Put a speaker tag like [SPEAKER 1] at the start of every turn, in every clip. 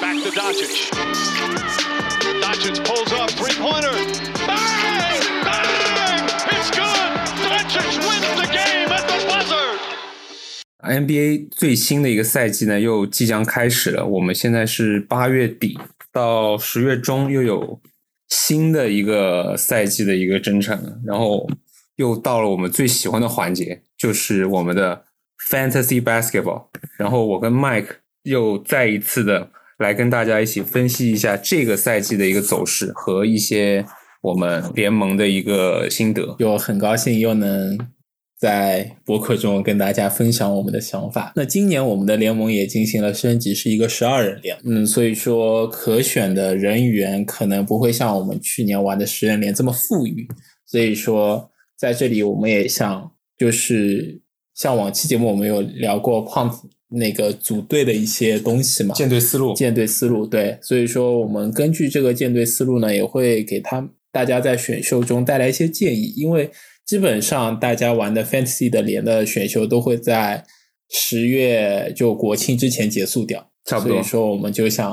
[SPEAKER 1] Back to Doncic. Doncic pulls up three-pointer. Bang! Bang! It's good! Doncic wins the game at the buzzer!
[SPEAKER 2] NBA 最新的一个赛季呢，又即将开始了。我们现在是八月底到十月中，又有新的一个赛季的一个征程了，然后又到了我们最喜欢的环节，就是我们的 Fantasy Basketball。然后我跟 Mike 又再一次的来跟大家一起分析一下这个赛季的一个走势和一些我们联盟的一个心得。
[SPEAKER 3] 又很高兴又能在博客中跟大家分享我们的想法。那今年我们的联盟也进行了升级，是一个十二人联。嗯，所以说可选的人员可能不会像我们去年玩的十人联这么富裕。所以说在这里我们也想，就是像往期节目我们有聊过胖子那个组队的一些东西嘛，
[SPEAKER 2] 舰队思路，
[SPEAKER 3] 舰队思路，对，所以说我们根据这个舰队思路呢，也会给他大家在选秀中带来一些建议，因为基本上大家玩的 Fantasy 的联的选秀都会在十月就国庆之前结束掉，
[SPEAKER 2] 差不多
[SPEAKER 3] 所以说我们就想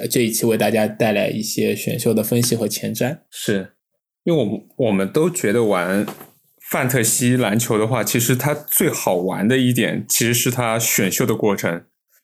[SPEAKER 3] 呃这一期为大家带来一些选秀的分析和前瞻。
[SPEAKER 2] 是因为我们我们都觉得玩范特西篮球的话，其实它最好玩的一点其实是它选秀的过程，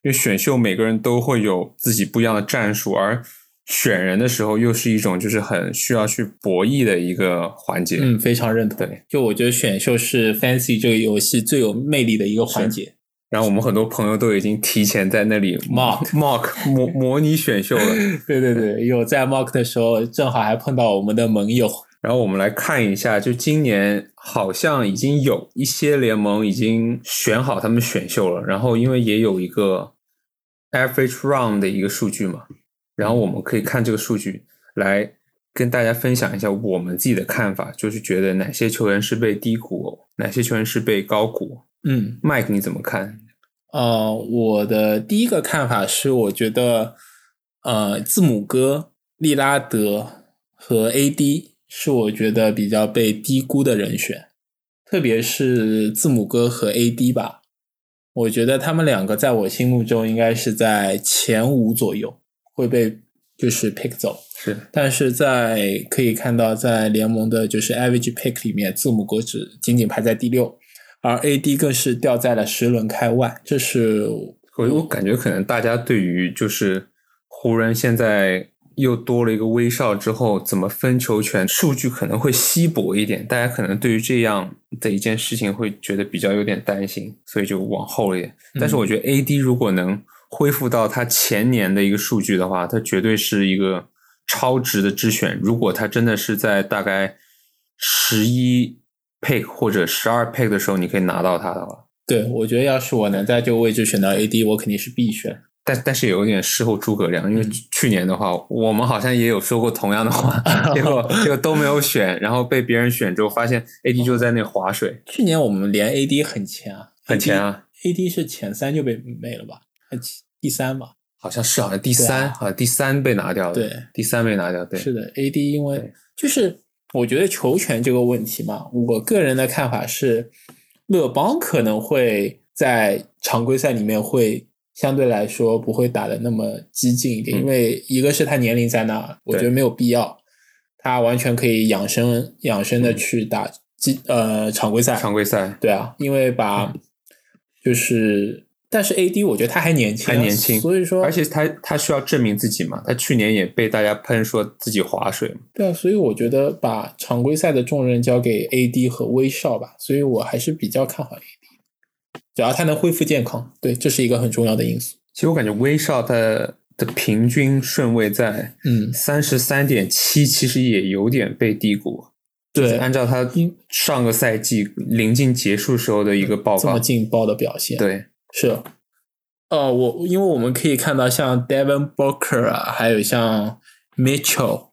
[SPEAKER 2] 因为选秀每个人都会有自己不一样的战术，而选人的时候又是一种就是很需要去博弈的一个环节。
[SPEAKER 3] 嗯，非常认同。
[SPEAKER 2] 对，
[SPEAKER 3] 就我觉得选秀是 Fantasy 这个游戏最有魅力的一个环节。
[SPEAKER 2] 然后我们很多朋友都已经提前在那里
[SPEAKER 3] Mock
[SPEAKER 2] mock 模模拟选秀了。
[SPEAKER 3] 对对对，有在 Mock 的时候，正好还碰到我们的盟友。
[SPEAKER 2] 然后我们来看一下，就今年好像已经有一些联盟已经选好他们选秀了，然后因为也有一个 average round 的一个数据嘛，然后我们可以看这个数据来跟大家分享一下我们自己的看法，就是觉得哪些球员是被低估，哪些球员是被高估。
[SPEAKER 3] 嗯，
[SPEAKER 2] Mike 你怎么看？
[SPEAKER 3] 呃，我的第一个看法是，我觉得，呃，字母哥、利拉德和 AD 是我觉得比较被低估的人选，特别是字母哥和 AD 吧，我觉得他们两个在我心目中应该是在前五左右会被就是 pick 走。
[SPEAKER 2] 是
[SPEAKER 3] 但是在可以看到，在联盟的就是 average pick 里面，字母哥只仅仅排在第六，而 AD 更是掉在了十轮开外。这是
[SPEAKER 2] 我我感觉可能大家对于就是湖人现在又多了一个威少之后，怎么分球权，数据可能会稀薄一点，大家可能对于这样的一件事情会觉得比较有点担心，所以就往后了一点。但是我觉得 AD 如果能恢复到他前年的一个数据的话，他绝对是一个超值的之选。如果他真的是在大概十一 pick 或者十二 pick 的时候，你可以拿到他的话。
[SPEAKER 3] 对我觉得，要是我能在这个位置选到 AD，我肯定是必选。
[SPEAKER 2] 但但是有一点事后诸葛亮，因为
[SPEAKER 3] 嗯
[SPEAKER 2] 去年的话，我们好像也有说过同样的 话，结果结果都没有选，然后被别人选之后，发现
[SPEAKER 3] 哦
[SPEAKER 2] AD 就在那划水，
[SPEAKER 3] 去年我们连 AD 很前啊，
[SPEAKER 2] 很前啊，
[SPEAKER 3] AD 是前三就被没了吧？还其第三吧？
[SPEAKER 2] 好像是好像第
[SPEAKER 3] 对
[SPEAKER 2] 三，
[SPEAKER 3] 啊
[SPEAKER 2] 好像第三被拿掉了，
[SPEAKER 3] 对，
[SPEAKER 2] 第三被拿掉，对，
[SPEAKER 3] 是的，AD 因为
[SPEAKER 2] 对
[SPEAKER 3] 就是我觉得球权这个问题嘛，我个人的看法是，勒邦可能会在常规赛里面会相对来说不会打的那么激进一
[SPEAKER 2] 嗯
[SPEAKER 3] 点，因为一个是他年龄在那儿，我觉得没有必要，他完全可以养生养生的去打激、呃常规赛，
[SPEAKER 2] 嗯常规嗯赛
[SPEAKER 3] 对啊，因为把就是。但是 AD 我觉得他还年轻啊，
[SPEAKER 2] 还年轻
[SPEAKER 3] 所以说，
[SPEAKER 2] 而且他他需要证明自己嘛，他去年也被大家喷说自己划水嘛，
[SPEAKER 3] 对啊，所以我觉得把常规赛的重任交给 AD 和威少吧，所以我还是比较看好 AD，只要他能恢复健康，对，这是一个很重要的因素。
[SPEAKER 2] 其实我感觉威少他的平均顺位在
[SPEAKER 3] 嗯，
[SPEAKER 2] 三十三点七，其实也有点被低估，啊
[SPEAKER 3] 对，
[SPEAKER 2] 按照他
[SPEAKER 3] 因
[SPEAKER 2] 上个赛季临近结束时候的一个报
[SPEAKER 3] 这么
[SPEAKER 2] 告，
[SPEAKER 3] 劲爆的表现，，
[SPEAKER 2] 对，
[SPEAKER 3] 是。哦呃，我因为我们可以看到像 Devin Booker 啊，还有像 Mitchell，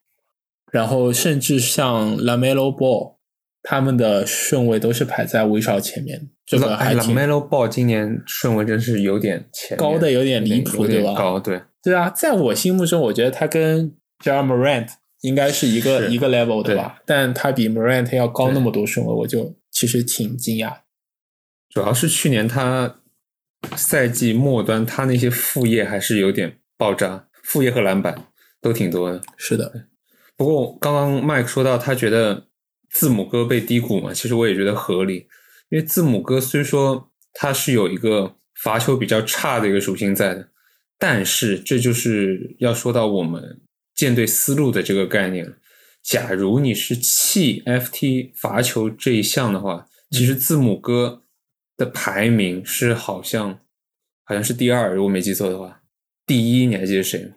[SPEAKER 3] 然后甚至像 Lamelo Ball，他们的顺位都是排在威少前面，这个还
[SPEAKER 2] 拉
[SPEAKER 3] 挺
[SPEAKER 2] 梅洛鲍今年顺位真是有点前面
[SPEAKER 3] 高的，有点
[SPEAKER 2] 有
[SPEAKER 3] 离谱，对
[SPEAKER 2] 点
[SPEAKER 3] 吧？
[SPEAKER 2] 高，对，
[SPEAKER 3] 对啊，在我心目中，我觉得他跟 j a r Morant 应该是一个
[SPEAKER 2] 是
[SPEAKER 3] 一个 level 的吧，但他比 Morant 要高那么多顺位，我就其实挺惊讶。
[SPEAKER 2] 主要是去年他赛季末端他那些副业还是有点爆炸，副业和篮板都挺多的。
[SPEAKER 3] 是的，
[SPEAKER 2] 不过刚刚 Mike 说到他觉得字母哥被低估嘛，其实我也觉得合理，因为字母哥虽说他是有一个罚球比较差的一个属性在的，但是这就是要说到我们舰队思路的这个概念了。假如你是弃 FT 罚球这一项的话，其实字母哥的排名是好像好像是第二，如果没记错的话，第一你还记得谁吗？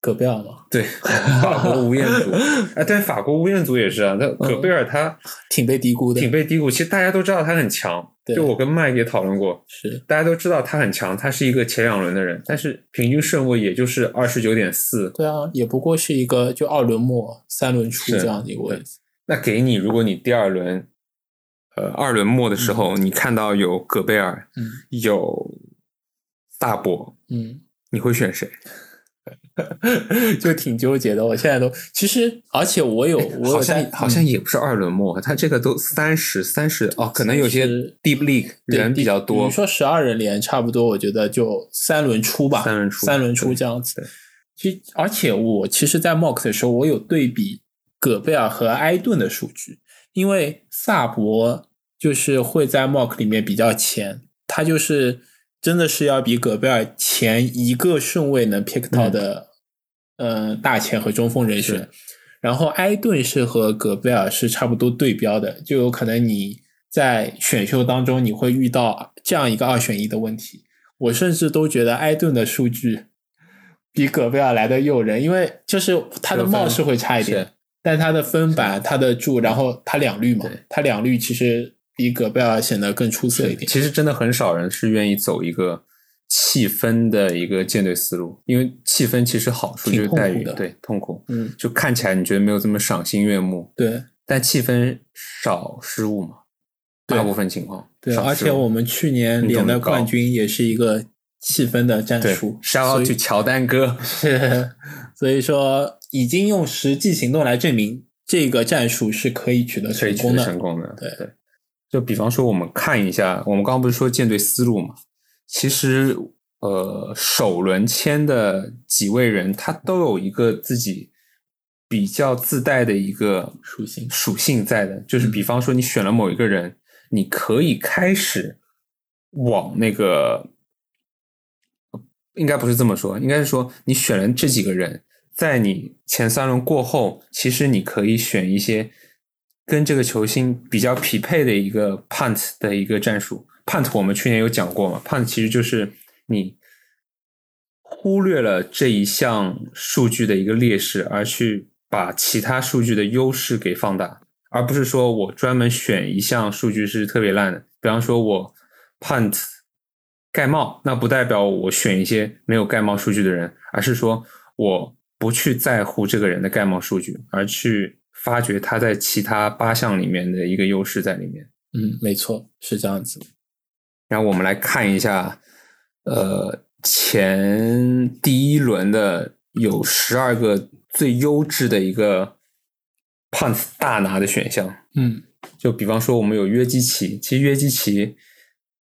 [SPEAKER 3] 戈贝尔嘛，
[SPEAKER 2] 对， 法国吴彦 祖，哎，对，法国吴彦祖也是啊。那
[SPEAKER 3] 嗯
[SPEAKER 2] 戈贝尔他
[SPEAKER 3] 挺被低估的，
[SPEAKER 2] 挺被低估，其实大家都知道他很强。
[SPEAKER 3] 对
[SPEAKER 2] 就我跟麦也讨论过，
[SPEAKER 3] 是
[SPEAKER 2] 大家都知道他很强，他是一个前两轮的人，但是平均顺位也就是二十九点四。
[SPEAKER 3] 对啊，也不过是一个就二轮末三轮初
[SPEAKER 2] 是
[SPEAKER 3] 这样的一个位置，
[SPEAKER 2] 那给你，如果你第二轮，呃，二轮末的时候，你看到有戈贝尔，
[SPEAKER 3] 嗯
[SPEAKER 2] 有萨博，
[SPEAKER 3] 嗯，
[SPEAKER 2] 你会选谁？
[SPEAKER 3] 就挺纠结的。我现在都其实，而且我有
[SPEAKER 2] 哎好
[SPEAKER 3] 我有
[SPEAKER 2] 像
[SPEAKER 3] 在
[SPEAKER 2] 好像
[SPEAKER 3] 嗯
[SPEAKER 2] 也不是二轮末，他这个都三十三十哦，可能有些
[SPEAKER 3] 30
[SPEAKER 2] deep league
[SPEAKER 3] 对
[SPEAKER 2] 人比较
[SPEAKER 3] 比
[SPEAKER 2] 多
[SPEAKER 3] 如，说十二人连，差不多我觉得就三轮出吧，
[SPEAKER 2] 三轮出
[SPEAKER 3] 三轮出
[SPEAKER 2] 对
[SPEAKER 3] 这样子
[SPEAKER 2] 对。
[SPEAKER 3] 其实，而且我其实，在 mock 的时候，我有对比戈贝尔和埃顿的数据，因为萨博就是会在 mock 里面比较前，他就是真的是要比戈贝尔前一个顺位能 pick 到的，嗯、呃，大前和中锋人选
[SPEAKER 2] 是。
[SPEAKER 3] 然后埃顿是和戈贝尔是差不多对标的，就有可能你在选秀当中你会遇到这样一个二选一的问题。我甚至都觉得埃顿的数据比戈贝尔来的诱人，因为就是他的
[SPEAKER 2] 得分
[SPEAKER 3] 貌似会差一
[SPEAKER 2] 是
[SPEAKER 3] 点，但他的分板、他的助，然后他两率嘛
[SPEAKER 2] 对，
[SPEAKER 3] 他两率其实比戈贝尔显得更出色一点。
[SPEAKER 2] 其实真的很少人是愿意走一个气分的一个舰队思路，因为气分其实好处
[SPEAKER 3] 挺
[SPEAKER 2] 就是
[SPEAKER 3] 痛
[SPEAKER 2] 在
[SPEAKER 3] 苦
[SPEAKER 2] 于
[SPEAKER 3] 的
[SPEAKER 2] 对痛苦，
[SPEAKER 3] 嗯，
[SPEAKER 2] 就看起来你觉得没有这么赏心悦目，
[SPEAKER 3] 对
[SPEAKER 2] 但气分少失误嘛，
[SPEAKER 3] 对
[SPEAKER 2] 大部分情况
[SPEAKER 3] 对，
[SPEAKER 2] 少
[SPEAKER 3] 而
[SPEAKER 2] 失
[SPEAKER 3] 且
[SPEAKER 2] 误
[SPEAKER 3] 我们去年
[SPEAKER 2] 命中
[SPEAKER 3] 连
[SPEAKER 2] 率
[SPEAKER 3] 的
[SPEAKER 2] 高
[SPEAKER 3] 冠军也是一个气氛的战
[SPEAKER 2] 对
[SPEAKER 3] 术，
[SPEAKER 2] shout
[SPEAKER 3] 所
[SPEAKER 2] out
[SPEAKER 3] 以
[SPEAKER 2] to 乔丹哥，
[SPEAKER 3] 是，所以说已经用实际行动来证明这个战术是可以取得
[SPEAKER 2] 可以取
[SPEAKER 3] 成功
[SPEAKER 2] 得
[SPEAKER 3] 的。
[SPEAKER 2] 成功的。
[SPEAKER 3] 对
[SPEAKER 2] 就比方说我们看一下，我们刚刚不是说舰队思路嘛？其实呃，首轮签的几位人，他都有一个自己比较自带的一个
[SPEAKER 3] 属性嗯
[SPEAKER 2] 属性在的，就是比方说你选了某一个人，你可以开始往那个。应该不是这么说，应该是说你选了这几个人，在你前三轮过后，其实你可以选一些跟这个球星比较匹配的一个 punt 的一个战术。punt 我们去年有讲过嘛，punt 其实就是你忽略了这一项数据的一个劣势，而去把其他数据的优势给放大，而不是说我专门选一项数据是特别烂的。比方说我 punt 盖帽，那不代表我选一些没有盖帽数据的人，而是说我不去在乎这个人的盖帽数据，而去发掘他在其他八项里面的一个优势在里面。
[SPEAKER 3] 嗯，没错，是这样子。
[SPEAKER 2] 然后我们来看一下，呃，前第一轮的有十二个最优质的一个 punt 大拿的选项。
[SPEAKER 3] 嗯，
[SPEAKER 2] 就比方说，我们有约基奇，其实约基奇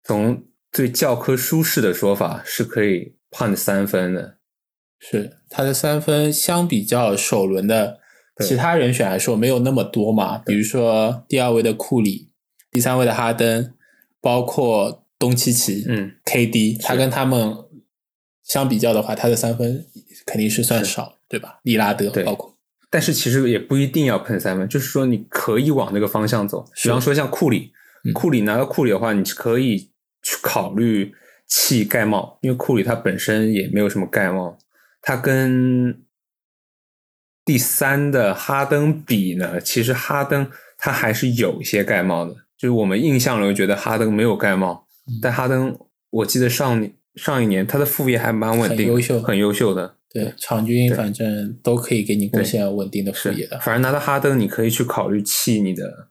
[SPEAKER 2] 从最教科书式的说法是可以判三分的，
[SPEAKER 3] 是他的三分相比较首轮的
[SPEAKER 2] 对
[SPEAKER 3] 其他人选来说没有那么多嘛，比如说第二位的库里，第三位的哈登，包括东契奇，
[SPEAKER 2] 嗯
[SPEAKER 3] ，KD，他
[SPEAKER 2] 是
[SPEAKER 3] 跟他们相比较的话，他的三分肯定是算少，对吧？利拉德
[SPEAKER 2] 对
[SPEAKER 3] 包括
[SPEAKER 2] 但是其实也不一定要碰三分，就是说你可以往那个方向走。
[SPEAKER 3] 是
[SPEAKER 2] 比方说像库里
[SPEAKER 3] 嗯，
[SPEAKER 2] 库里拿到库里的话，你是可以去考虑弃盖帽，因为库里他本身也没有什么盖帽，他跟第三的哈登比呢，其实哈登他还是有一些盖帽的，就是我们印象中觉得哈登没有盖帽，
[SPEAKER 3] 嗯
[SPEAKER 2] 但哈登我记得上上一年他的副业还蛮稳定的，
[SPEAKER 3] 很优秀
[SPEAKER 2] 很优秀的。
[SPEAKER 3] 对场均
[SPEAKER 2] 对
[SPEAKER 3] 反正都可以给你贡献稳定的副
[SPEAKER 2] 是
[SPEAKER 3] 业的，
[SPEAKER 2] 反正拿到哈登，你可以去考虑弃你的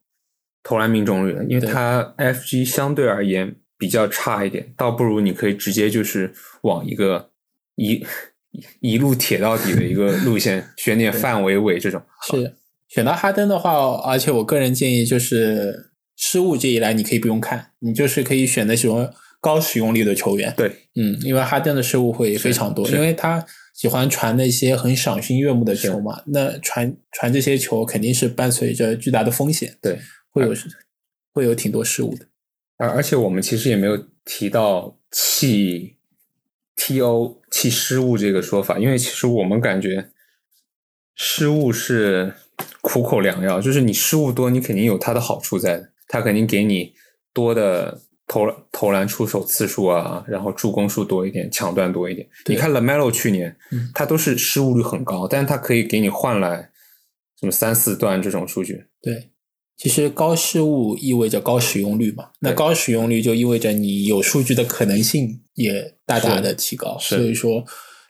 [SPEAKER 2] 投篮命中率了，因为
[SPEAKER 3] 对
[SPEAKER 2] 他 FG 相对而言比较差一点，倒不如你可以直接就是往一个一 一路铁到底的一个路线，选点范维伟这种。
[SPEAKER 3] 是选到哈登的话，而且我个人建议就是失误这一栏你可以不用看，你就是可以选择使用高使用率的球员。
[SPEAKER 2] 对，
[SPEAKER 3] 嗯，因为哈登的失误会非常多，
[SPEAKER 2] 是
[SPEAKER 3] 因为他喜欢传那些很赏心悦目的球
[SPEAKER 2] 是
[SPEAKER 3] 嘛，那传传这些球肯定是伴随着巨大的风险，
[SPEAKER 2] 对，
[SPEAKER 3] 会有会有挺多失误的。
[SPEAKER 2] 而而且我们其实也没有提到弃 TO 弃失误这个说法，因为其实我们感觉失误是苦口良药，就是你失误多，你肯定有它的好处在的，它肯定给你多的投投篮出手次数啊，然后助攻数多一点，抢断多一点。
[SPEAKER 3] 对
[SPEAKER 2] 你看 LaMelo 去年
[SPEAKER 3] 嗯，
[SPEAKER 2] 他都是失误率很高，但是他可以给你换来什么三四段这种数据，
[SPEAKER 3] 对，其实高失误意味着高使用率嘛，那
[SPEAKER 2] 对
[SPEAKER 3] 高使用率就意味着你有数据的可能性也大大的提高，
[SPEAKER 2] 是
[SPEAKER 3] 所以说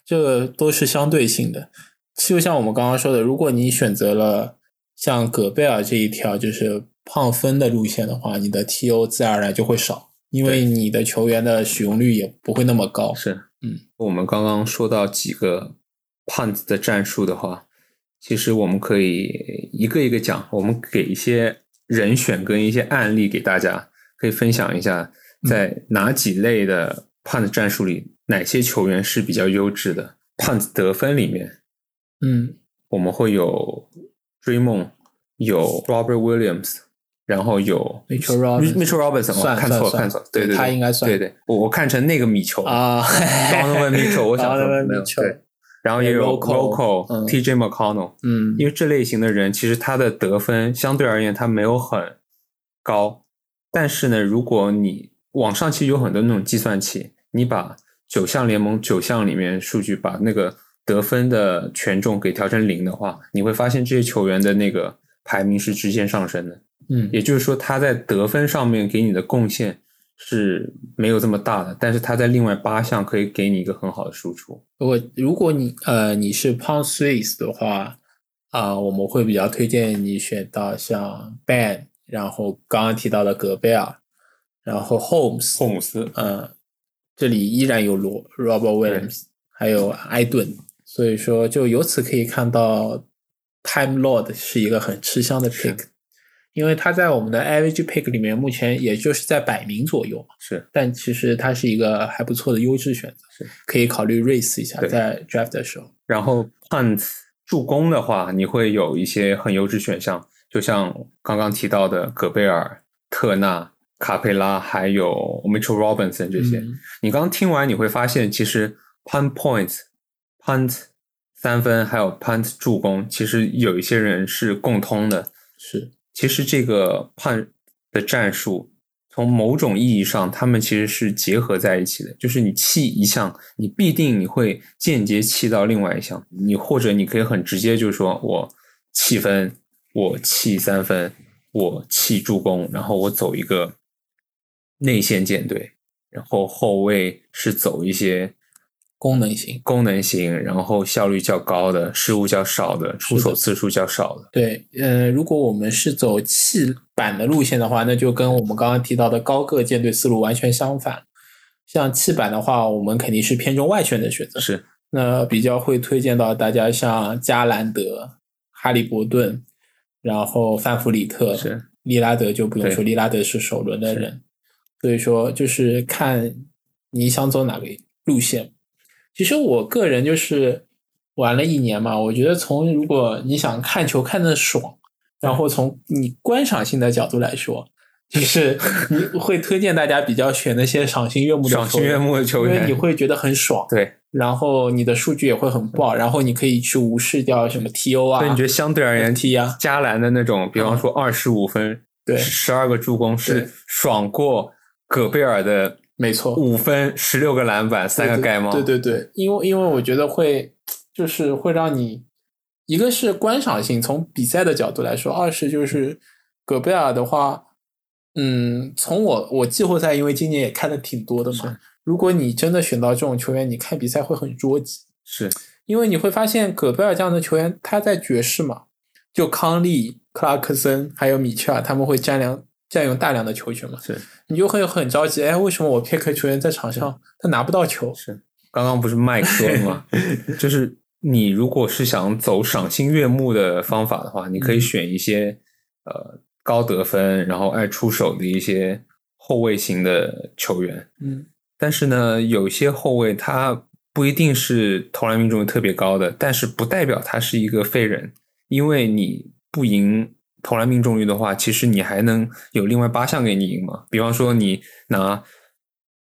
[SPEAKER 3] 这都是相对性的。就像我们刚刚说的，如果你选择了像戈贝尔这一条就是胖分的路线的话，你的 TO 自然而然就会少，因为
[SPEAKER 2] 对
[SPEAKER 3] 你的球员的使用率也不会那么高。
[SPEAKER 2] 是，
[SPEAKER 3] 嗯，
[SPEAKER 2] 我们刚刚说到几个胖子的战术的话，其实我们可以一个一个讲，我们给一些人选跟一些案例给大家，可以分享一下，
[SPEAKER 3] 嗯
[SPEAKER 2] 在哪几类的胖子战术里，哪些球员是比较优质的。胖子得分里面，
[SPEAKER 3] 嗯，
[SPEAKER 2] 我们会有 Draymond，有 Robert Williams，然后有
[SPEAKER 3] Mitchell Robinson
[SPEAKER 2] Mitchell Robinson，我
[SPEAKER 3] 算
[SPEAKER 2] 看
[SPEAKER 3] 算
[SPEAKER 2] 错了，
[SPEAKER 3] 算
[SPEAKER 2] 看错了，对对，
[SPEAKER 3] 他
[SPEAKER 2] 对
[SPEAKER 3] 应该算
[SPEAKER 2] 对对，我我看成那个米球
[SPEAKER 3] 啊，
[SPEAKER 2] Donovan Mitchell，我想说
[SPEAKER 3] Donovan
[SPEAKER 2] 没有
[SPEAKER 3] Mitchell
[SPEAKER 2] 对，然后也有
[SPEAKER 3] Local，
[SPEAKER 2] Local、
[SPEAKER 3] 嗯
[SPEAKER 2] TJ McConnell，
[SPEAKER 3] 嗯，
[SPEAKER 2] 因为这类型的人其实他的得分相对而言他没有很高，但是呢，如果你网上其实有很多那种计算器，你把九项联盟九项里面数据把那个得分的权重给调成零的话，你会发现这些球员的那个排名是直线上升的。
[SPEAKER 3] 嗯
[SPEAKER 2] 也就是说，他在得分上面给你的贡献是没有这么大的，但是他在另外八项可以给你一个很好的输出。
[SPEAKER 3] 如果如果你呃你是 Pound Swiss 的话，啊、我们会比较推荐你选到像 Ban，然后刚刚提到的戈贝尔，然后 Holmes，
[SPEAKER 2] 姆斯，
[SPEAKER 3] 嗯、这里依然有罗 Robert Williams，还有艾顿，所以说就由此可以看到 Time Lord 是一个很吃香的 pick，因为他在我们的 Average pick 里面目前也就是在百名左右。
[SPEAKER 2] 是
[SPEAKER 3] 但其实它是一个还不错的优质选择
[SPEAKER 2] 是，
[SPEAKER 3] 可以考虑 race 一下，
[SPEAKER 2] 对
[SPEAKER 3] 在 draft 的时候。
[SPEAKER 2] 然后 punt 助攻的话，你会有一些很优质选项，就像刚刚提到的戈贝尔、特纳、卡佩拉，还有 Mitchell Robinson 这些。
[SPEAKER 3] 嗯
[SPEAKER 2] 你刚听完，你会发现，其实 punt point、punt 三分还有 punt 助攻，其实有一些人是共通的。
[SPEAKER 3] 是
[SPEAKER 2] 其实这个判的战术，从某种意义上，他们其实是结合在一起的。就是你弃一项，你必定你会间接弃到另外一项，你或者你可以很直接就说，我弃分，我弃三分，我弃助攻，然后我走一个内线舰队，然后后卫是走一些
[SPEAKER 3] 功能型，
[SPEAKER 2] 功能型，然后效率较高的，失误较少的，出手次数较少的。
[SPEAKER 3] 对，呃，如果我们是走气板的路线的话，那就跟我们刚刚提到的高个舰队思路完全相反。像气板的话，我们肯定是偏重外旋的选择，
[SPEAKER 2] 是
[SPEAKER 3] 那比较会推荐到大家像加兰德、哈利伯顿，然后范弗里特、
[SPEAKER 2] 是，
[SPEAKER 3] 利拉德就不用
[SPEAKER 2] 对
[SPEAKER 3] 说，利拉德是首轮的人，所以说就是看你想走哪个路线。其实我个人就是玩了一年嘛，我觉得从如果你想看球看得爽，然后从你观赏性的角度来说， 就是你会推荐大家比较选那些赏心悦目的
[SPEAKER 2] 赏心悦目的
[SPEAKER 3] 球
[SPEAKER 2] 球
[SPEAKER 3] 员，因
[SPEAKER 2] 员，
[SPEAKER 3] 为你会觉得很爽，
[SPEAKER 2] 对，
[SPEAKER 3] 然后你的数据也会很爆，然后你可以去无视掉什么 TO
[SPEAKER 2] 所以
[SPEAKER 3] 啊
[SPEAKER 2] 你觉，得相对而言，
[SPEAKER 3] 踢呀
[SPEAKER 2] 加兰的那种，比方说二十五分，
[SPEAKER 3] 对
[SPEAKER 2] 十二个助攻
[SPEAKER 3] 对
[SPEAKER 2] 是爽过戈贝尔的
[SPEAKER 3] 没错，
[SPEAKER 2] 五分、十六个篮板、三个盖帽，
[SPEAKER 3] 对对对，因为因为我觉得会就是会让你一个是观赏性，从比赛的角度来说；二是就是戈贝尔的话，嗯，从我我季后赛，因为今年也看的挺多的嘛。如果你真的选到这种球员，你看比赛会很捉急，
[SPEAKER 2] 是
[SPEAKER 3] 因为你会发现戈贝尔这样的球员，他在爵士嘛，就康利、克拉克森还有米切尔他们会占量占用大量的球权嘛，
[SPEAKER 2] 是
[SPEAKER 3] 你就会很着急，哎，为什么我 pick 球员在场上他拿不到球？
[SPEAKER 2] 是。刚刚不是麦克说了 吗？就是你如果是想走赏心悦目的方法的话，你
[SPEAKER 3] 嗯
[SPEAKER 2] 可以选一些呃高得分，然后爱出手的一些后卫型的球员，
[SPEAKER 3] 嗯，
[SPEAKER 2] 但是呢，有些后卫他不一定是投篮命中率特别高的，但是不代表他是一个废人，因为你不赢投篮命中率的话，其实你还能有另外八项给你赢嘛。比方说你拿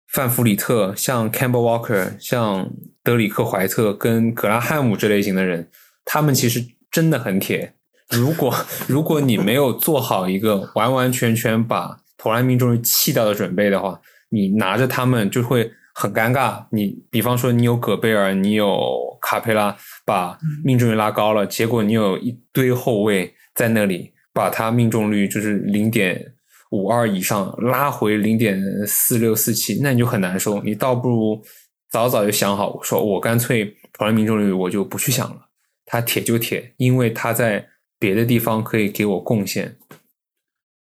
[SPEAKER 2] 范弗里特、像 Campbell Walker、像德里克·怀特跟格拉汉姆这类型的人，他们其实真的很铁。如果如果你没有做好一个完完全全把投篮命中率弃掉的准备的话，你拿着他们就会很尴尬。你比方说，你有戈贝尔，你有卡佩拉，把命中率拉高了，结果你有一堆后卫在那里，把他命中率就是零点五二以上拉回零点四六四七，那你就很难受。你倒不如早早就想好，我说我干脆投篮命中率我就不去想了，他铁就铁，因为他在别的地方可以给我贡献。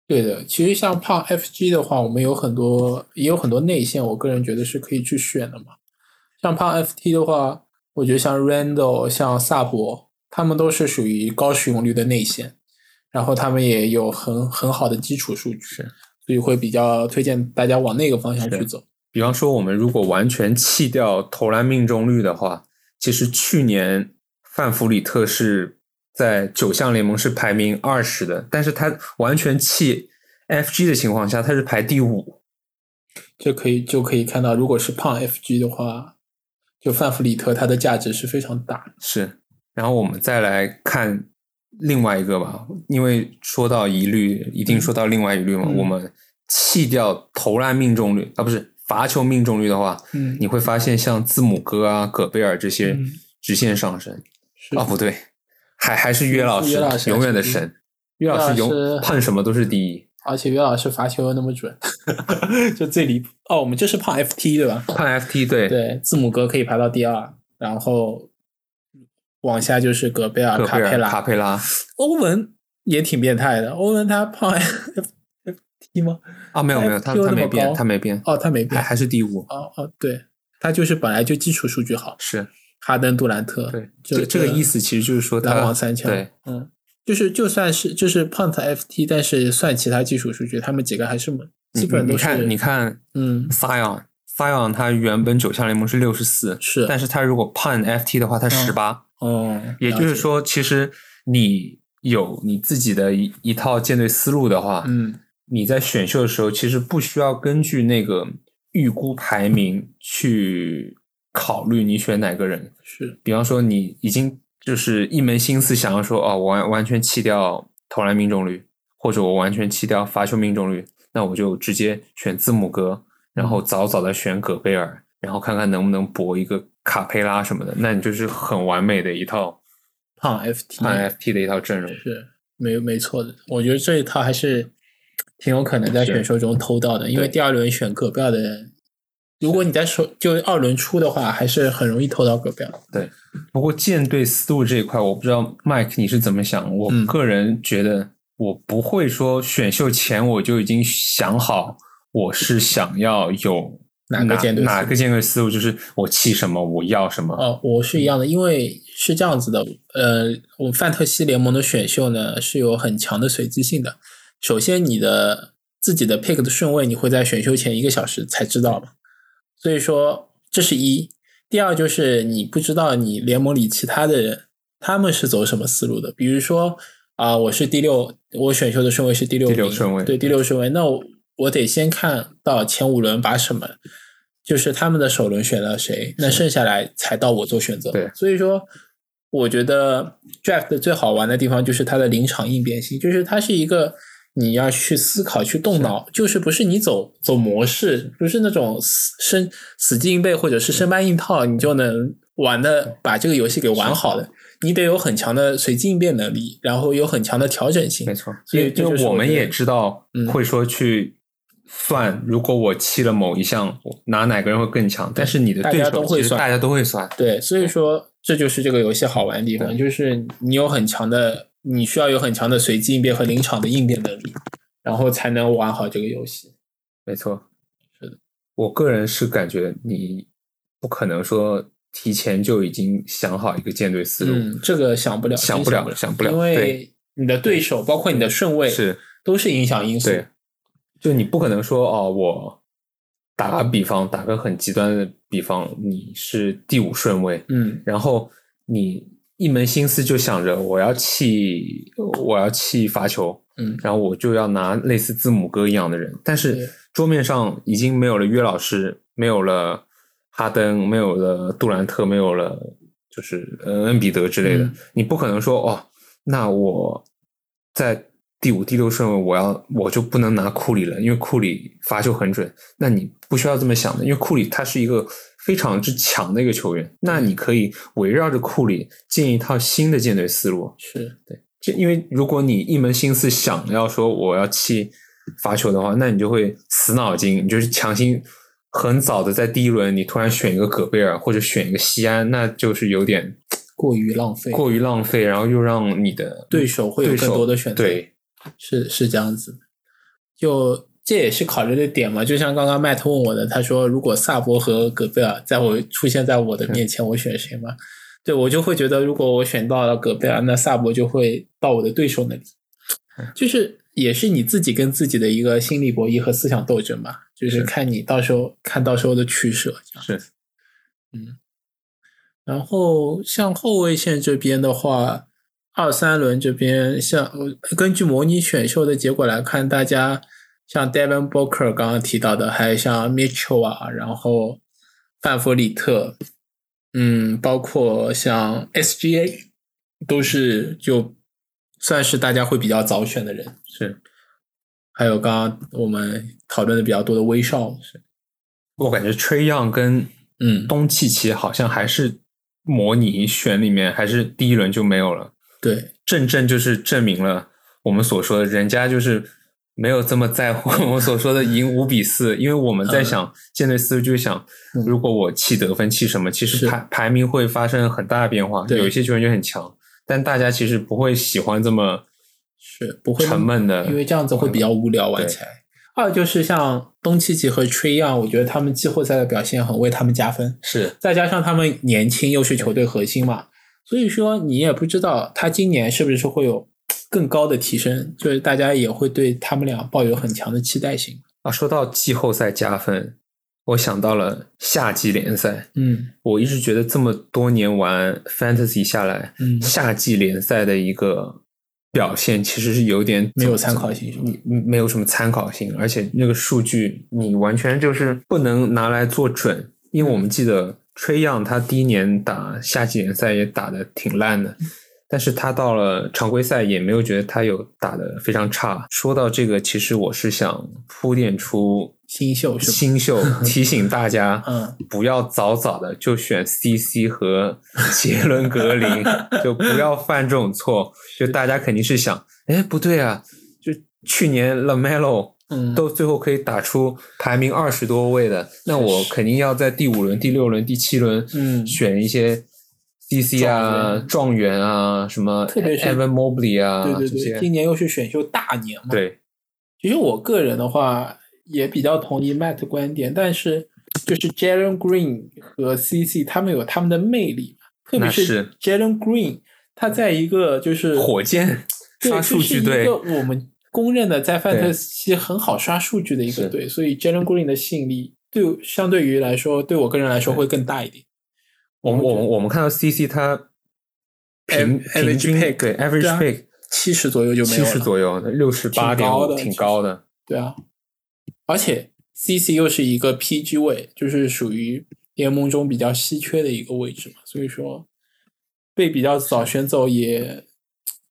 [SPEAKER 3] 对的，其实像胖 FG 的话，我们有很多也有很多内线，我个人觉得是可以去选的嘛。像胖 FT 的话，我觉得像 Randall、像萨博，他们都是属于高使用率的内线，然后他们也有很很好的基础数据，所以会比较推荐大家往那个方向去走。
[SPEAKER 2] 比方说，我们如果完全弃掉投篮命中率的话，其实去年范弗里特是。在九项联盟是排名二十的，但是他完全弃 FG 的情况下，他是排第五。
[SPEAKER 3] 这可以就可以看到，如果是胖 FG 的话，就范弗里特他的价值是非常大的。
[SPEAKER 2] 是，然后我们再来看另外一个吧，因为说到一律，一定说到另外一律嘛。
[SPEAKER 3] 嗯
[SPEAKER 2] 我们弃掉投篮命中率啊，不是罚球命中率的话，
[SPEAKER 3] 嗯
[SPEAKER 2] 你会发现像字母哥啊、戈贝尔这些
[SPEAKER 3] 嗯
[SPEAKER 2] 直线上升。
[SPEAKER 3] 是
[SPEAKER 2] 哦，不对，还还是约老师，
[SPEAKER 3] 约老师
[SPEAKER 2] 永远的
[SPEAKER 3] 还是
[SPEAKER 2] 神。约老师
[SPEAKER 3] 约老师
[SPEAKER 2] 永碰什么都是第一。
[SPEAKER 3] 而且约老师罚球又那么准， 就最离谱。哦，我们这是胖 FT 对吧？
[SPEAKER 2] 判 FT 对
[SPEAKER 3] 哦对，字母哥可以排到第二，然后往下就是戈贝尔、
[SPEAKER 2] 戈
[SPEAKER 3] 啊卡
[SPEAKER 2] 贝
[SPEAKER 3] 佩
[SPEAKER 2] 尔、
[SPEAKER 3] 拉、
[SPEAKER 2] 卡佩拉
[SPEAKER 3] 欧文也挺变态的。欧文他 胖 FT 吗？
[SPEAKER 2] 啊，没有没有，他
[SPEAKER 3] FPO
[SPEAKER 2] 他
[SPEAKER 3] 那
[SPEAKER 2] 没
[SPEAKER 3] 么
[SPEAKER 2] 变，
[SPEAKER 3] 高
[SPEAKER 2] 他没变，
[SPEAKER 3] 哦，他没
[SPEAKER 2] 还
[SPEAKER 3] 变。
[SPEAKER 2] 还是第五，
[SPEAKER 3] 哦哦，对，他就是本来就基础数据好。
[SPEAKER 2] 是
[SPEAKER 3] 哈登、杜兰特，
[SPEAKER 2] 对。
[SPEAKER 3] 哦就
[SPEAKER 2] 这这个意思其实就是说他
[SPEAKER 3] 篮网三强，
[SPEAKER 2] 对，
[SPEAKER 3] 嗯，就是就算是就是胖子 FT，但是算其他技术数据，他们几个还是
[SPEAKER 2] 你
[SPEAKER 3] 基本
[SPEAKER 2] 你
[SPEAKER 3] 都
[SPEAKER 2] 你
[SPEAKER 3] 是
[SPEAKER 2] 看你看
[SPEAKER 3] 嗯
[SPEAKER 2] Sion Sion 他原本九项联盟是六十四，
[SPEAKER 3] 是
[SPEAKER 2] 但是他如果判 FT 的话，他十八，
[SPEAKER 3] 哦，
[SPEAKER 2] 也就
[SPEAKER 3] 了
[SPEAKER 2] 是
[SPEAKER 3] 解
[SPEAKER 2] 说，其实你有你自己的一一套舰队思路的话，
[SPEAKER 3] 嗯
[SPEAKER 2] 你在选秀的时候其实不需要根据那个预估排名去考虑你选哪个人，
[SPEAKER 3] 是
[SPEAKER 2] 比方说你已经就是一门心思想要说哦，我完完全弃掉投篮命中率，或者我完全弃掉罚球命中率，那我就直接选字母哥，然后早早的选戈贝尔，然后看看能不能搏一个卡佩拉什么的，那你就是很完美的一套
[SPEAKER 3] 胖 FT
[SPEAKER 2] 判 FT 的一套阵容。
[SPEAKER 3] 是没没错的，我觉得这一套还是挺有可能在
[SPEAKER 2] 是
[SPEAKER 3] 选秀中偷到的，因为
[SPEAKER 2] 对
[SPEAKER 3] 第二轮选戈贝尔的人，如果你在首就二轮出的话，还是很容易偷到戈贝尔。
[SPEAKER 2] 不过舰队思路这一块，我不知道 Mike 你是怎么想。我
[SPEAKER 3] 嗯
[SPEAKER 2] 个人觉得，我不会说选秀前我就已经想好我是想要有
[SPEAKER 3] 哪个舰队思路
[SPEAKER 2] 哪个舰队思路，就是我弃什么，我要什么。
[SPEAKER 3] 哦，我是一样的，因为是这样子的，呃，我们范特西联盟的选秀呢是有很强的随机性的。首先，你的自己的 pick 的顺位，你会在选秀前一个小时才知道嘛，所以说这是一。第二就是你不知道你联盟里其他的人他们是走什么思路的，比如说啊、我是第六，我选秀的顺位是第六
[SPEAKER 2] 第
[SPEAKER 3] 名，
[SPEAKER 2] 六顺位
[SPEAKER 3] 对第六顺位，那我我得先看到前五轮把什么，就是他们的首轮选了谁，那剩下来才到我做选择。
[SPEAKER 2] 对
[SPEAKER 3] 所以说我觉得 draft 最好玩的地方就是它的临场应变性，就是它是一个你要去思考、去动脑，就是不是你走走模式，不是那种死生死记硬背或者是生搬硬套，你就能玩的把这个游戏给玩好的。你得有很强的随机应变能力，然后有很强的调整性
[SPEAKER 2] 没。错，
[SPEAKER 3] 所以
[SPEAKER 2] 因为
[SPEAKER 3] 这就是
[SPEAKER 2] 因为我
[SPEAKER 3] 我
[SPEAKER 2] 们
[SPEAKER 3] 觉得
[SPEAKER 2] 也知道
[SPEAKER 3] 嗯
[SPEAKER 2] 会说去算，如果我弃了某一项，我拿哪个人会更强。但是你的
[SPEAKER 3] 大
[SPEAKER 2] 对
[SPEAKER 3] 家
[SPEAKER 2] 手
[SPEAKER 3] 都会
[SPEAKER 2] 其实
[SPEAKER 3] 算
[SPEAKER 2] 大家都会算，
[SPEAKER 3] 对，所以说这就是这个游戏好玩的地方，
[SPEAKER 2] 对
[SPEAKER 3] 就是你有很强的，你需要有很强的随机应变和临场的应变能力，然后才能玩好这个游戏。
[SPEAKER 2] 没错，
[SPEAKER 3] 是的。
[SPEAKER 2] 我个人是感觉你不可能说提前就已经想好一个舰队思路，
[SPEAKER 3] 嗯，这个想不了，
[SPEAKER 2] 想
[SPEAKER 3] 真
[SPEAKER 2] 不了
[SPEAKER 3] 了，
[SPEAKER 2] 想不了
[SPEAKER 3] 因
[SPEAKER 2] 对
[SPEAKER 3] 为你的对手包括你的顺位
[SPEAKER 2] 是
[SPEAKER 3] 都是影响因素。
[SPEAKER 2] 对，就你不可能说哦，我打个比方，打个很极端的比方，你是第五顺位，
[SPEAKER 3] 嗯
[SPEAKER 2] 然后你一门心思就想着我要弃，我要弃罚球，
[SPEAKER 3] 嗯
[SPEAKER 2] 然后我就要拿类似字母哥一样的人，但
[SPEAKER 3] 对
[SPEAKER 2] 是桌面上已经没有了约老师，没有了哈登，没有了杜兰特，没有了就是呃恩比德之类的，
[SPEAKER 3] 嗯
[SPEAKER 2] 你不可能说哦，那我在第五、第六顺位，我要我就不能拿库里了，因为库里罚球很准。那你不需要这么想的，因为库里他是一个非常之强的一个球员，那你可以围绕着库里建一套新的舰队思路，
[SPEAKER 3] 是
[SPEAKER 2] 这因为如果你一门心思想要说我要弃罚球的话，那你就会死脑筋，你就是强行很早的在第一轮你突然选一个戈贝尔或者选一个西安，那就是有点
[SPEAKER 3] 过于浪费，
[SPEAKER 2] 过于浪费，然后又让你的
[SPEAKER 3] 对手会有
[SPEAKER 2] 对
[SPEAKER 3] 更
[SPEAKER 2] 手
[SPEAKER 3] 多的选择，
[SPEAKER 2] 对
[SPEAKER 3] 是是这样子的，就这也是考虑的点嘛。就像刚刚麦特问我的，他说如果萨博和戈贝尔在我出现在我的面前，我选谁嘛？对我就会觉得，如果我选到了戈贝尔，那萨博就会到我的对手那里，就是也是你自己跟自己的一个心理博弈和思想斗争嘛，就是
[SPEAKER 2] 是
[SPEAKER 3] 看你到时候看到时候的取舍。这样嗯
[SPEAKER 2] 是
[SPEAKER 3] 然后像后卫线这边的话，二三轮这边像呃根据模拟选秀的结果来看，大家像 Devin Booker 刚刚提到的，还有像 Mitchell 啊，然后范弗里特，嗯，包括像 SGA，都是就算是大家会比较早选的人。
[SPEAKER 2] 是，
[SPEAKER 3] 还有刚刚我们讨论的比较多的威少，
[SPEAKER 2] 我感觉吹样跟
[SPEAKER 3] 嗯，
[SPEAKER 2] 东契奇好像还是模拟选里面还是第一轮就没有了。
[SPEAKER 3] 对，
[SPEAKER 2] 正正就是证明了我们所说的，人家就是没有这么在乎我们所说的赢五比四，因为我们在想舰队思路就是想
[SPEAKER 3] 嗯，
[SPEAKER 2] 如果我弃得分弃什么，其
[SPEAKER 3] 是
[SPEAKER 2] 实排排名会发生很大的变化，
[SPEAKER 3] 对
[SPEAKER 2] 有一些球员就很强，但大家其实不会喜欢这么
[SPEAKER 3] 是不会那
[SPEAKER 2] 沉
[SPEAKER 3] 么
[SPEAKER 2] 闷的，
[SPEAKER 3] 因为这样子会比较无聊玩
[SPEAKER 2] 对
[SPEAKER 3] 起来。二就是像东契奇和 Trey Young，我觉得他们季后赛的表现很为他们加分，
[SPEAKER 2] 是
[SPEAKER 3] 再加上他们年轻又是球队核心嘛，所以说你也不知道他今年是不是会有更高的提升，就是大家也会对他们俩抱有很强的期待性。
[SPEAKER 2] 啊。说到季后赛加分，我想到了夏季联赛，
[SPEAKER 3] 嗯
[SPEAKER 2] 我一直觉得这么多年玩 fantasy 下来，
[SPEAKER 3] 嗯
[SPEAKER 2] 夏季联赛的一个表现其实是有点
[SPEAKER 3] 没有参考性是吧
[SPEAKER 2] 你你没有什么参考性，而且那个数据你完全就是不能拿来做准，因为我们记得吹样他第一年打夏季联赛也打得挺烂的。但是他到了常规赛也没有觉得他有打得非常差。说到这个，其实我是想铺垫出
[SPEAKER 3] 新秀是吧
[SPEAKER 2] 新 秀提醒大家，
[SPEAKER 3] 嗯，
[SPEAKER 2] 不要早早的就选 CC 和杰伦格林，就不要犯这种错。就大家肯定是想，哎，不对啊，就去年 Lamelo
[SPEAKER 3] 嗯
[SPEAKER 2] 都最后可以打出排名二十多位的，那我肯定要在第五轮、第六轮、第七轮，
[SPEAKER 3] 嗯
[SPEAKER 2] 选一些 CC 啊、状元啊、什么
[SPEAKER 3] 特别是
[SPEAKER 2] Evan Mobley 啊
[SPEAKER 3] 对对
[SPEAKER 2] 这
[SPEAKER 3] 对，
[SPEAKER 2] 些，
[SPEAKER 3] 今年又是选秀大年嘛，
[SPEAKER 2] 对，
[SPEAKER 3] 其实我个人的话也比较同意 Matt 的观点，但是就是 Jalen Green 和 CC 他们有他们的魅力，特别
[SPEAKER 2] 那
[SPEAKER 3] 是
[SPEAKER 2] 是
[SPEAKER 3] Jalen Green，他在一个就是
[SPEAKER 2] 火箭
[SPEAKER 3] 对，
[SPEAKER 2] 刷
[SPEAKER 3] 这
[SPEAKER 2] 数
[SPEAKER 3] 是
[SPEAKER 2] 据
[SPEAKER 3] 一
[SPEAKER 2] 队
[SPEAKER 3] 个，我们公认的在范特
[SPEAKER 2] 对
[SPEAKER 3] 西很好刷数据的一个
[SPEAKER 2] 是
[SPEAKER 3] 队，所以 Jalen Green 的吸引力对我相对于来说，对我个人来说
[SPEAKER 2] 对
[SPEAKER 3] 会更大一点。
[SPEAKER 2] 我们我们我们看到 CC 他平
[SPEAKER 3] Av-
[SPEAKER 2] 平均
[SPEAKER 3] average pick，
[SPEAKER 2] 对 average
[SPEAKER 3] 对啊
[SPEAKER 2] pick
[SPEAKER 3] 七十左右就没有
[SPEAKER 2] 七
[SPEAKER 3] 了，
[SPEAKER 2] 十左右，六十八
[SPEAKER 3] 挺
[SPEAKER 2] 点
[SPEAKER 3] 高的
[SPEAKER 2] 五，挺
[SPEAKER 3] 其实
[SPEAKER 2] 高的。
[SPEAKER 3] 对啊，而且 CC 又是一个 PG 位，就是属于联盟中比较稀缺的一个位置嘛，所以说被比较早选走也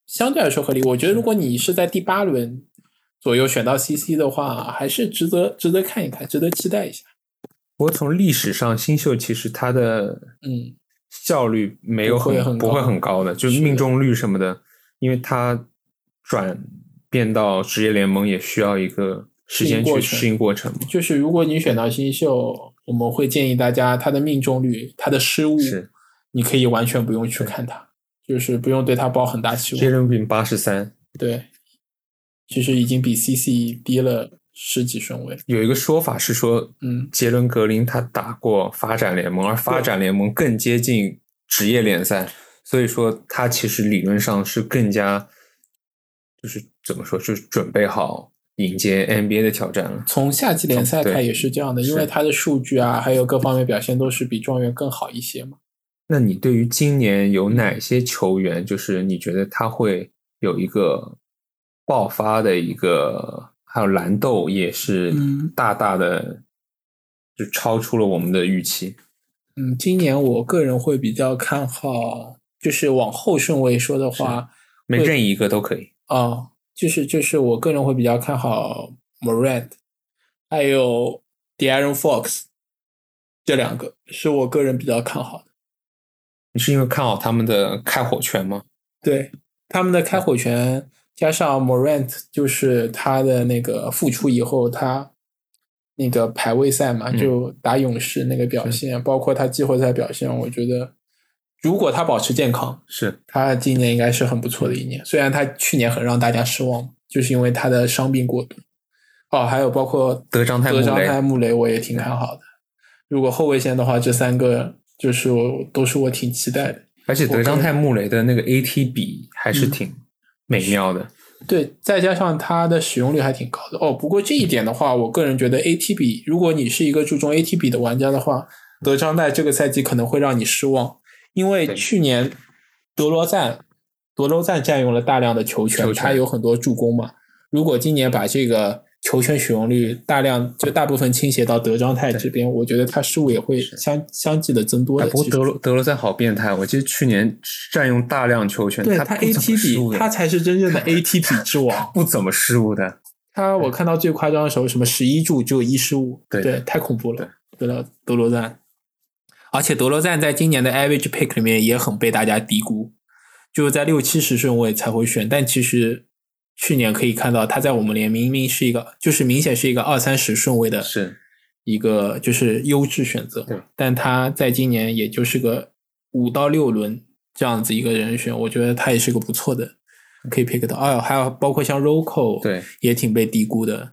[SPEAKER 3] 相对来说合理。我觉得如果你是在第八轮左右选到 CC 的话，还是值得值得看一看，值得期待一下。
[SPEAKER 2] 不过从历史上，新秀其实他的
[SPEAKER 3] 嗯，
[SPEAKER 2] 效率没有
[SPEAKER 3] 不会很
[SPEAKER 2] 很
[SPEAKER 3] 高
[SPEAKER 2] 不会很高的，就是是命中率什么的，因为他转变到职业联盟也需要一个时间去
[SPEAKER 3] 适
[SPEAKER 2] 适应过程嘛。
[SPEAKER 3] 就是如果你选到新秀，我们会建议大家他的命中率、他的失误，
[SPEAKER 2] 是
[SPEAKER 3] 你可以完全不用去看他，就是不用对他抱很大期望。
[SPEAKER 2] Jalen Green 八十三，
[SPEAKER 3] 对，其实已经比 CC 低了十几顺位。
[SPEAKER 2] 有一个说法是说，
[SPEAKER 3] 嗯，
[SPEAKER 2] 杰伦格林他打过发展联盟，而发展联盟更接近职业联赛，所以说他其实理论上是更加，就是怎么说，就是准备好迎接 NBA 的挑战了。
[SPEAKER 3] 从夏季联赛
[SPEAKER 2] 对
[SPEAKER 3] 看也是这样的，因为
[SPEAKER 2] 是
[SPEAKER 3] 他的数据啊，还有各方面表现都是比状元更好一些嘛。
[SPEAKER 2] 那你对于今年有哪些球员，就是你觉得他会有一个爆发的一个，还有蓝豆也是
[SPEAKER 3] 嗯
[SPEAKER 2] 大大的就超出了我们的预期。
[SPEAKER 3] 嗯，今年我个人会比较看好，就是往后顺位说的话，
[SPEAKER 2] 每
[SPEAKER 3] 对
[SPEAKER 2] 任意一个都可以。
[SPEAKER 3] 啊、就是就是我个人会比较看好 Morant，还有 De'Aaron Fox 这两个是我个人比较看好的。
[SPEAKER 2] 你是因为看好他们的开火权吗？
[SPEAKER 3] 对他们的开火权，加上 Morant 就是他的那个复出以后，他那个排位赛嘛，
[SPEAKER 2] 嗯
[SPEAKER 3] 就打勇士那个表现，包括他季后赛表现，我觉得如果他保持健康，
[SPEAKER 2] 是，
[SPEAKER 3] 他今年应该是很不错的一年。虽然他去年很让大家失望，就是因为他的伤病过多。哦，还有包括
[SPEAKER 2] 德章泰
[SPEAKER 3] 德
[SPEAKER 2] 穆
[SPEAKER 3] 章
[SPEAKER 2] 雷
[SPEAKER 3] 泰穆雷，我也挺看好的。如果后卫线的话，这三个就是我都是我挺期待的。
[SPEAKER 2] 而且
[SPEAKER 3] 我
[SPEAKER 2] 德
[SPEAKER 3] 个
[SPEAKER 2] 章
[SPEAKER 3] 人
[SPEAKER 2] 泰穆雷的那个 AT 比还是
[SPEAKER 3] 嗯
[SPEAKER 2] 挺美妙的。
[SPEAKER 3] 对，再加上它的使用率还挺高的哦。不过这一点的话，我个人觉得 ATB，如果你是一个注重 ATB 的玩家的话，德章代这个赛季可能会让你失望，因为
[SPEAKER 2] 对
[SPEAKER 3] 去年德罗赞德罗赞占用了大量的球权，
[SPEAKER 2] 球权
[SPEAKER 3] 他有很多助攻嘛。如果今年把这个球权使用率大量就大部分倾斜到德章泰这边，我觉得他失误也会相相继的增多
[SPEAKER 2] 哎，
[SPEAKER 3] 的。
[SPEAKER 2] 不过
[SPEAKER 3] 其实
[SPEAKER 2] 德罗德罗赞好变态，我记得去年占用大量球权，
[SPEAKER 3] 对
[SPEAKER 2] 他
[SPEAKER 3] 他
[SPEAKER 2] 不怎么失误
[SPEAKER 3] ATB，
[SPEAKER 2] 的
[SPEAKER 3] 他才是 真正的 ATB 之王。
[SPEAKER 2] 不怎么失误的。
[SPEAKER 3] 他我看到最夸张的时候，什么十一助只有一失误，
[SPEAKER 2] 对
[SPEAKER 3] 太恐怖了。对了，德罗赞，而且德罗赞在今年的 average pick 里面也很被大家低估，就是在六七十顺位才会选，但其实去年可以看到他在我们联明明是一个，就是明显是一个二三十顺位的
[SPEAKER 2] 是
[SPEAKER 3] 一个就是优质选择
[SPEAKER 2] 对，
[SPEAKER 3] 但他在今年也就是个五到六轮这样子一个人选，我觉得他也是个不错的。可以 pick 到，哎呦，还有包括像 Rocco，
[SPEAKER 2] 对，
[SPEAKER 3] 也挺被低估的。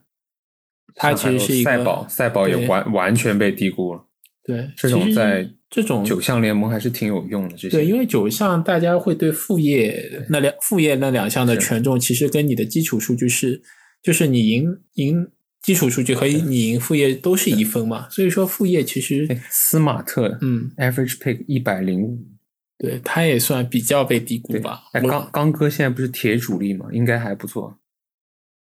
[SPEAKER 3] 他其实是一个
[SPEAKER 2] 赛宝，赛宝也
[SPEAKER 3] 对
[SPEAKER 2] 完完全被低估了。
[SPEAKER 3] 对
[SPEAKER 2] 这种
[SPEAKER 3] 其实
[SPEAKER 2] 在
[SPEAKER 3] 这种
[SPEAKER 2] 九项联盟还是挺有用的，这些
[SPEAKER 3] 对，因为九项大家会对副业那两副业那两项的
[SPEAKER 2] 是
[SPEAKER 3] 权重，其实跟你的基础数据是，就是你赢赢基础数据和你赢副业都是一分嘛，所以说副业其实
[SPEAKER 2] 哎斯马特
[SPEAKER 3] 嗯，
[SPEAKER 2] average pick 一百零五，
[SPEAKER 3] 对，他也算比较被低估
[SPEAKER 2] 对
[SPEAKER 3] 吧。
[SPEAKER 2] 哎，
[SPEAKER 3] 我
[SPEAKER 2] 刚刚哥现在不是铁主力嘛，应该还不错。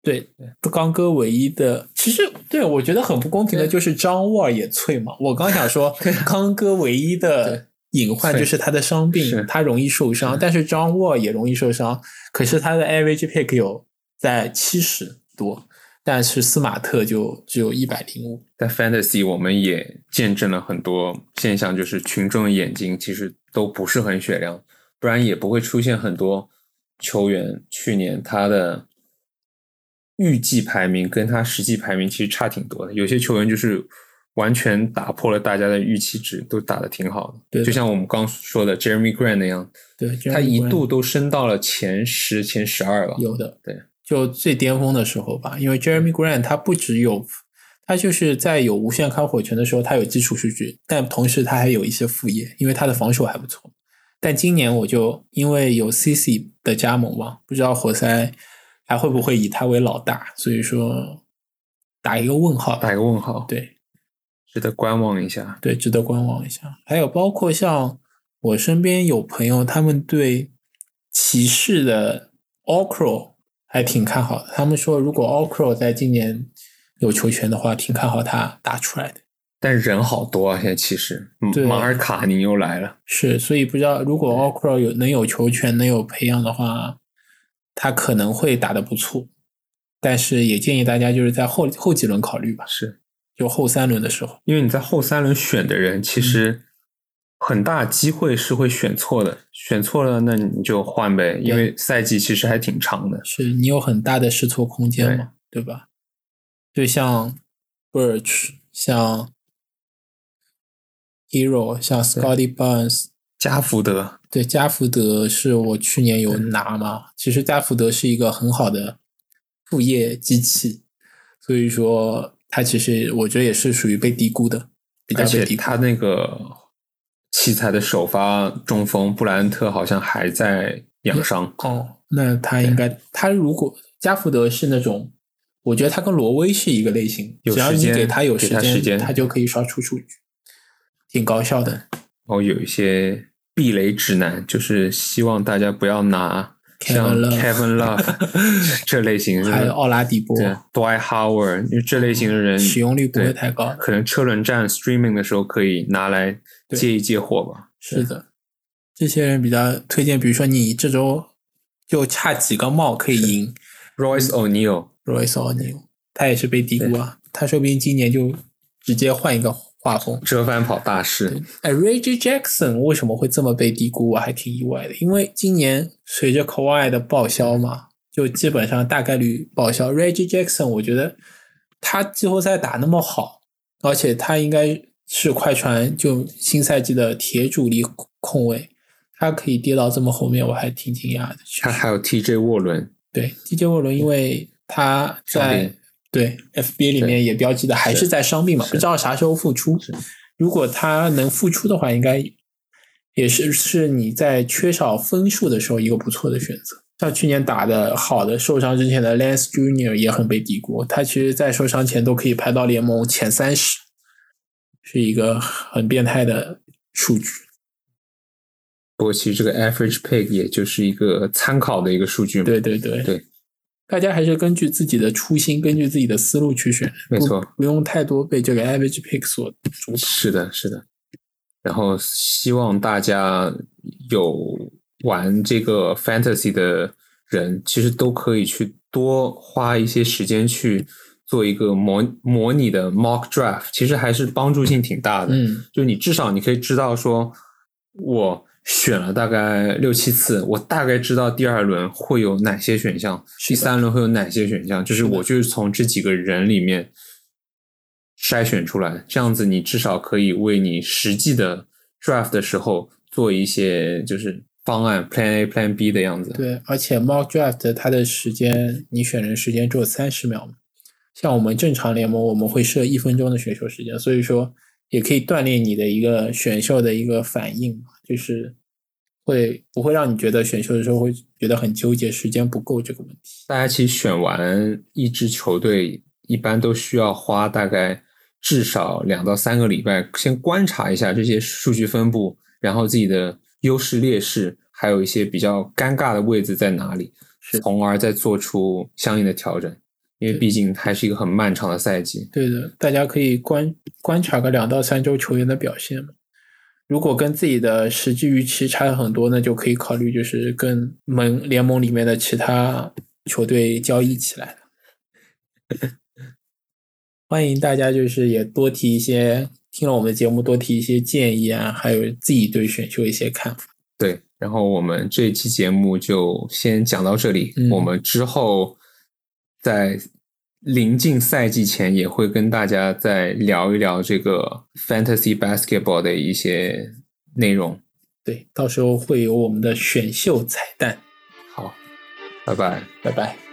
[SPEAKER 3] 对，刚哥唯一的，其实对我觉得很不公平的就是张沃尔也脆嘛。我刚想说，
[SPEAKER 2] 啊
[SPEAKER 3] 刚哥唯一的隐患就是他的伤
[SPEAKER 2] 是嗯
[SPEAKER 3] 病，他容易受伤，但是张沃尔也容易受伤。可是他的 average pick 有在七十多，但是斯马特就只有一百零五。
[SPEAKER 2] 在 Fantasy 我们也见证了很多现象，就是群众的眼睛其实都不是很雪亮，不然也不会出现很多球员去年他的预计排名跟他实际排名其实差挺多的。有些球员就是完全打破了大家的预期值，都打得挺好的。
[SPEAKER 3] 对的
[SPEAKER 2] 就像我们刚说的 Jeremy Grant 那样，
[SPEAKER 3] 对，
[SPEAKER 2] 他一
[SPEAKER 3] Jeremy Grant
[SPEAKER 2] 度都升到了前十、前十二吧。
[SPEAKER 3] 有的，
[SPEAKER 2] 啊对，
[SPEAKER 3] 就最巅峰的时候吧。因为 Jeremy Grant 他不只有，他就是在有无限开火权的时候，他有基础数据，但同时他还有一些副业，因为他的防守还不错。但今年我就因为有 CC 的加盟嘛，不知道活塞还会不会以他为老大，所以说打一个问号吧。
[SPEAKER 2] 打一个问号，，
[SPEAKER 3] 对，
[SPEAKER 2] 值得观望一下。
[SPEAKER 3] 对，值得观望一下。还有包括像我身边有朋友，他们对骑士的 Okro 还挺看好的。他们说，如果 Okro 在今年有球权的话，挺看好他打出来的。
[SPEAKER 2] 但人好多啊，现在其实，嗯
[SPEAKER 3] 对
[SPEAKER 2] 马尔卡宁又来了，
[SPEAKER 3] 是，所以不知道如果 Okro 有能有球权，能有培养的话，他可能会打得不错。但是也建议大家就是在后后几轮考虑吧，
[SPEAKER 2] 是
[SPEAKER 3] 就后三轮的时候。
[SPEAKER 2] 因为你在后三轮选的人，
[SPEAKER 3] 嗯
[SPEAKER 2] 其实很大机会是会选错的，选错了那你就换呗，因为赛季其实还挺长的。
[SPEAKER 3] 是你有很大的试错空间嘛，对吧？就像 Birch、像 Hero、像 Scotty Barnes，
[SPEAKER 2] 加福德
[SPEAKER 3] 对加福德是我去年有拿嘛。其实加福德是一个很好的副业机器，所以说他其实我觉得也是属于被低估的，比较
[SPEAKER 2] 而
[SPEAKER 3] 被
[SPEAKER 2] 且
[SPEAKER 3] 低估。
[SPEAKER 2] 他那个器材的首发中锋布莱恩特好像还在养伤，
[SPEAKER 3] 哦，那他应该，他如果加福德是那种我觉得他跟罗威是一个类型，
[SPEAKER 2] 有
[SPEAKER 3] 只要
[SPEAKER 2] 时
[SPEAKER 3] 你
[SPEAKER 2] 间
[SPEAKER 3] 给他有
[SPEAKER 2] 给他时间
[SPEAKER 3] 他就可以刷出数据，挺高效的。
[SPEAKER 2] 然后有一些避雷指南，就是希望大家不要拿像
[SPEAKER 3] Kevin Love
[SPEAKER 2] Kevin Love 这类型的，
[SPEAKER 3] 还有奥拉迪波，
[SPEAKER 2] 对 Dwight Howard，因为这类型的人
[SPEAKER 3] 嗯使用率不会
[SPEAKER 2] 对
[SPEAKER 3] 太高。
[SPEAKER 2] 可能车轮战 streaming 的时候可以拿来
[SPEAKER 3] 对
[SPEAKER 2] 借一借火吧。
[SPEAKER 3] 是的，这些人比较推荐，比如说你这周就差几个帽可以赢
[SPEAKER 2] Royce
[SPEAKER 3] 嗯
[SPEAKER 2] O'Neal，
[SPEAKER 3] Royce O'Neal，他也是被低估啊，他说不定今年就直接换一个画风。
[SPEAKER 2] 折返跑大师，
[SPEAKER 3] 哎，Reggie Jackson 为什么会这么被低估？我啊还挺意外的，因为今年随着 Kawhi 的报销嘛，就基本上大概率报销。Reggie Jackson 我觉得他季后赛打那么好，而且他应该是快船就新赛季的铁主力控卫，他可以跌到这么后面，我还挺惊讶 的。
[SPEAKER 2] 他还有 TJ 沃伦，
[SPEAKER 3] 对，DJ 沃伦，因为他
[SPEAKER 2] 伤
[SPEAKER 3] 在
[SPEAKER 2] 病
[SPEAKER 3] 对 FBA 里面也标记的还是在伤病嘛，
[SPEAKER 2] 是
[SPEAKER 3] 不知道啥时候复出
[SPEAKER 2] 是。
[SPEAKER 3] 如果他能复出的话，应该也是是你在缺少分数的时候一个不错的选择。像去年打的好的受伤之前的 Lance Junior 也很被低估，他其实在受伤前都可以排到联盟前三十，是一个很变态的数据。
[SPEAKER 2] 不过其实这个 average pick 也就是一个参考的一个数据嘛。
[SPEAKER 3] 对对对
[SPEAKER 2] 对，
[SPEAKER 3] 大家还是根据自己的初心，根据自己的思路去选，
[SPEAKER 2] 没错
[SPEAKER 3] 不，不用太多被这个 average pick 所主导。
[SPEAKER 2] 是的，是的。然后希望大家有玩这个 fantasy 的人，其实都可以去多花一些时间去做一个模模拟的 mock draft，其实还是帮助性挺大的。
[SPEAKER 3] 嗯，
[SPEAKER 2] 就你至少你可以知道说，我选了大概六七次，我大概知道第二轮会有哪些选项，
[SPEAKER 3] 是
[SPEAKER 2] 第
[SPEAKER 3] 的
[SPEAKER 2] 三轮会有哪些选项，就是
[SPEAKER 3] 是的
[SPEAKER 2] 我就是从这几个人里面筛选出来，这样子你至少可以为你实际的 draft 的时候做一些就是方案 plan A plan B 的样子。
[SPEAKER 3] 对，而且 mock draft 它的时间，你选人时间只有三十秒嘛。像我们正常联盟，我们会设一分钟的选秀时间，所以说也可以锻炼你的一个选秀的一个反应嘛，就是会不会让你觉得选秀的时候会觉得很纠结，时间不够这个问题。
[SPEAKER 2] 大家其实选完一支球队，一般都需要花大概至少两到三个礼拜，先观察一下这些数据分布，然后自己的优势劣势，还有一些比较尴尬的位置在哪里，
[SPEAKER 3] 是
[SPEAKER 2] 从而再做出相应的调整。因为
[SPEAKER 3] 对
[SPEAKER 2] 毕竟还是一个很漫长的赛季，
[SPEAKER 3] 对的，大家可以观观察个两到三周球员的表现嘛。如果跟自己的实际预期差很多，那就可以考虑就是跟盟联盟里面的其他球队交易起来了。欢迎大家就是也多提一些，听了我们的节目多提一些建议啊，还有自己对选秀一些看法。
[SPEAKER 2] 对。然后我们这一期节目就先讲到这里，
[SPEAKER 3] 嗯
[SPEAKER 2] 我们之后在临近赛季前也会跟大家再聊一聊这个 fantasy basketball 的一些内容。
[SPEAKER 3] 对，到时候会有我们的选秀彩蛋。
[SPEAKER 2] 好，拜拜。
[SPEAKER 3] 拜拜。